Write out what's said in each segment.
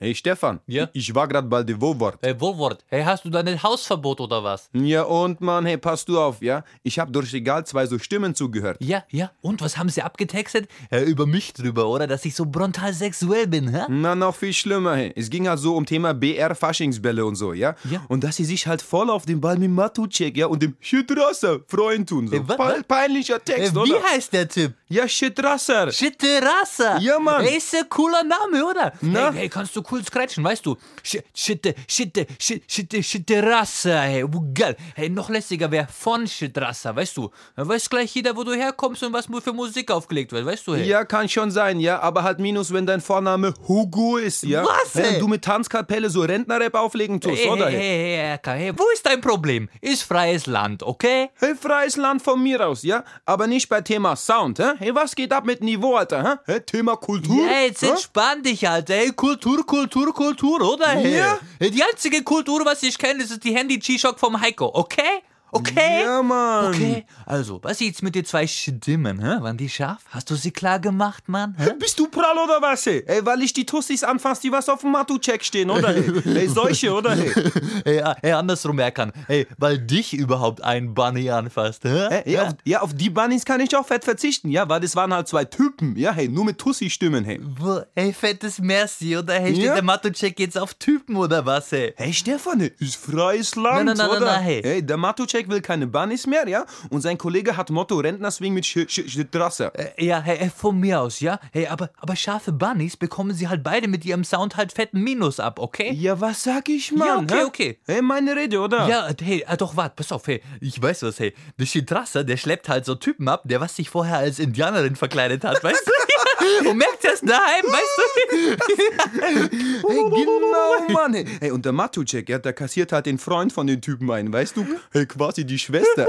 Hey Stefan, Ja? ich war gerade bei der Wohnwart. Hey, Wohnwort, hey, hast du da nicht Hausverbot oder was? Ja und Mann, hey, pass du auf, ja? Ich hab durch Regal zwei so Stimmen zugehört. Ja, ja. Und was haben sie abgetextet? Ja, über mich drüber, oder? Dass ich so brontal sexuell bin, hä? Na, noch viel schlimmer, hey. Es ging halt so um Thema BR, Faschingsbälle und so, ja? Ja. Und dass sie sich halt voll auf den Ball mit Matucek, ja, und dem Schütrasser freuen tun. So. Ey, wa- Pe peinlicher Äh, Text, wie oder? heißt der Typ? Ja, Schütrasser. Schitterasser. Ja, Mann. Ey, ist ein cooler Name, oder? Na? Hey, hey, kannst du cool scratchen, weißt du? Sch- Schitte, Schitte, Schi- Schitte, Schitterasser. Hey, oh, geil. Hey, noch lässiger wäre von Schitterasser, weißt du? Dann weiß gleich jeder, wo du herkommst und was für Musik aufgelegt wird, weißt du? Hey? Ja, kann schon sein, ja, aber halt minus, wenn dein Vorname Hugo ist, ja. Was, Wenn ey? du mit Tanzkapelle so Rentnerrap auflegen tust, Hey, oder? hey, hey? hey, hey, Erkan, hey, wo ist dein Problem? Ist freies Land, okay? Hey, freies Land von mir aus, ja? Aber nicht bei Thema Sound, hä? Hey, was geht ab mit Niveau, Alter, hä? Hey, Thema Kultur? Ja, jetzt Hm? hä? entspann dich, Alter. Hey, Kultur, Kultur, Kultur, oder? Hey? Ja. Hey, Die einzige Kultur, was ich kenne, ist die Handy-G-Shock vom Heiko, okay? Okay? Ja, Mann. Okay, also, was jetzt mit den zwei Stimmen, hä? Waren die scharf? Hast du sie klar gemacht, Mann? Hä? Bist du prall oder was, ey? Ey, weil ich die Tussis anfasse, die was auf dem Matu-Check stehen, oder? Ey, ey solche, oder? Ey? Ey, ah, ey, andersrum, Erkan. Ey, weil dich überhaupt ein Bunny anfasst, hä? Hä? Ja, auf, ja, auf die Bunnies kann ich auch fett verzichten, ja, weil das waren halt zwei Typen, ja, hey, nur mit Tussi-Stimmen, hey. Wo- Ey, fettes Merci, oder? Hey, steht Ja. der Matto-Check jetzt auf Typen, oder was, ey? Hey Stefan, ist freies Land, Nein, nein, nein, oder? nein, hey. der Matuschek will keine Bunnies mehr, ja? Und sein Kollege hat Motto Rentnerswing mit Sch Sch Sch Straße. Äh, Ja, hey, äh, von mir aus, ja? Hey, aber, aber scharfe Bunnies bekommen sie halt beide mit ihrem Sound halt fetten Minus ab, okay? Ja, was sag ich, Mann? okay, hä? okay. Hey, meine Rede, oder? Ja, äh, hey, äh, doch, warte, pass auf, hey, ich weiß was, hey. Der Schidrasser, der schleppt halt so Typen ab, der was sich vorher als Indianerin verkleidet hat, weißt du? Und merkt das daheim, weißt du? Hey, genau, Mann. Hey, hey und der Matuschek, ja, der kassiert halt den Freund von den Typen ein, weißt du? Hey, quasi die Schwester.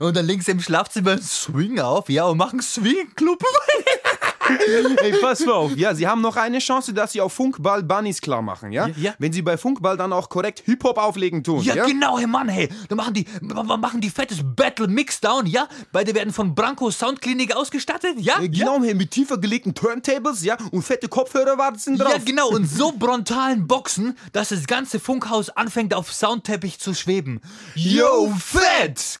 Und dann links im Schlafzimmer einen Swing auf, ja, und machen Swing-Club. hey, pass mal auf. Ja, sie haben noch eine Chance, dass sie auf Funkball Bunnies klar machen, ja? Ja, ja. Wenn sie bei Funkball dann auch korrekt Hip-Hop auflegen tun, Ja, genau, hey Mann, hey. Dann machen die, ma- ma- machen die fettes Battle Mixdown, ja? Beide werden von Branko Soundklinik ausgestattet, ja? Äh, ja? Genau, hey, mit tiefer gelegten Turntables, ja, und fette Kopfhörerwarzen drauf. Ja, genau, und so brontalen Boxen, dass das ganze Funkhaus anfängt auf Soundteppich zu schweben. Yo, fett!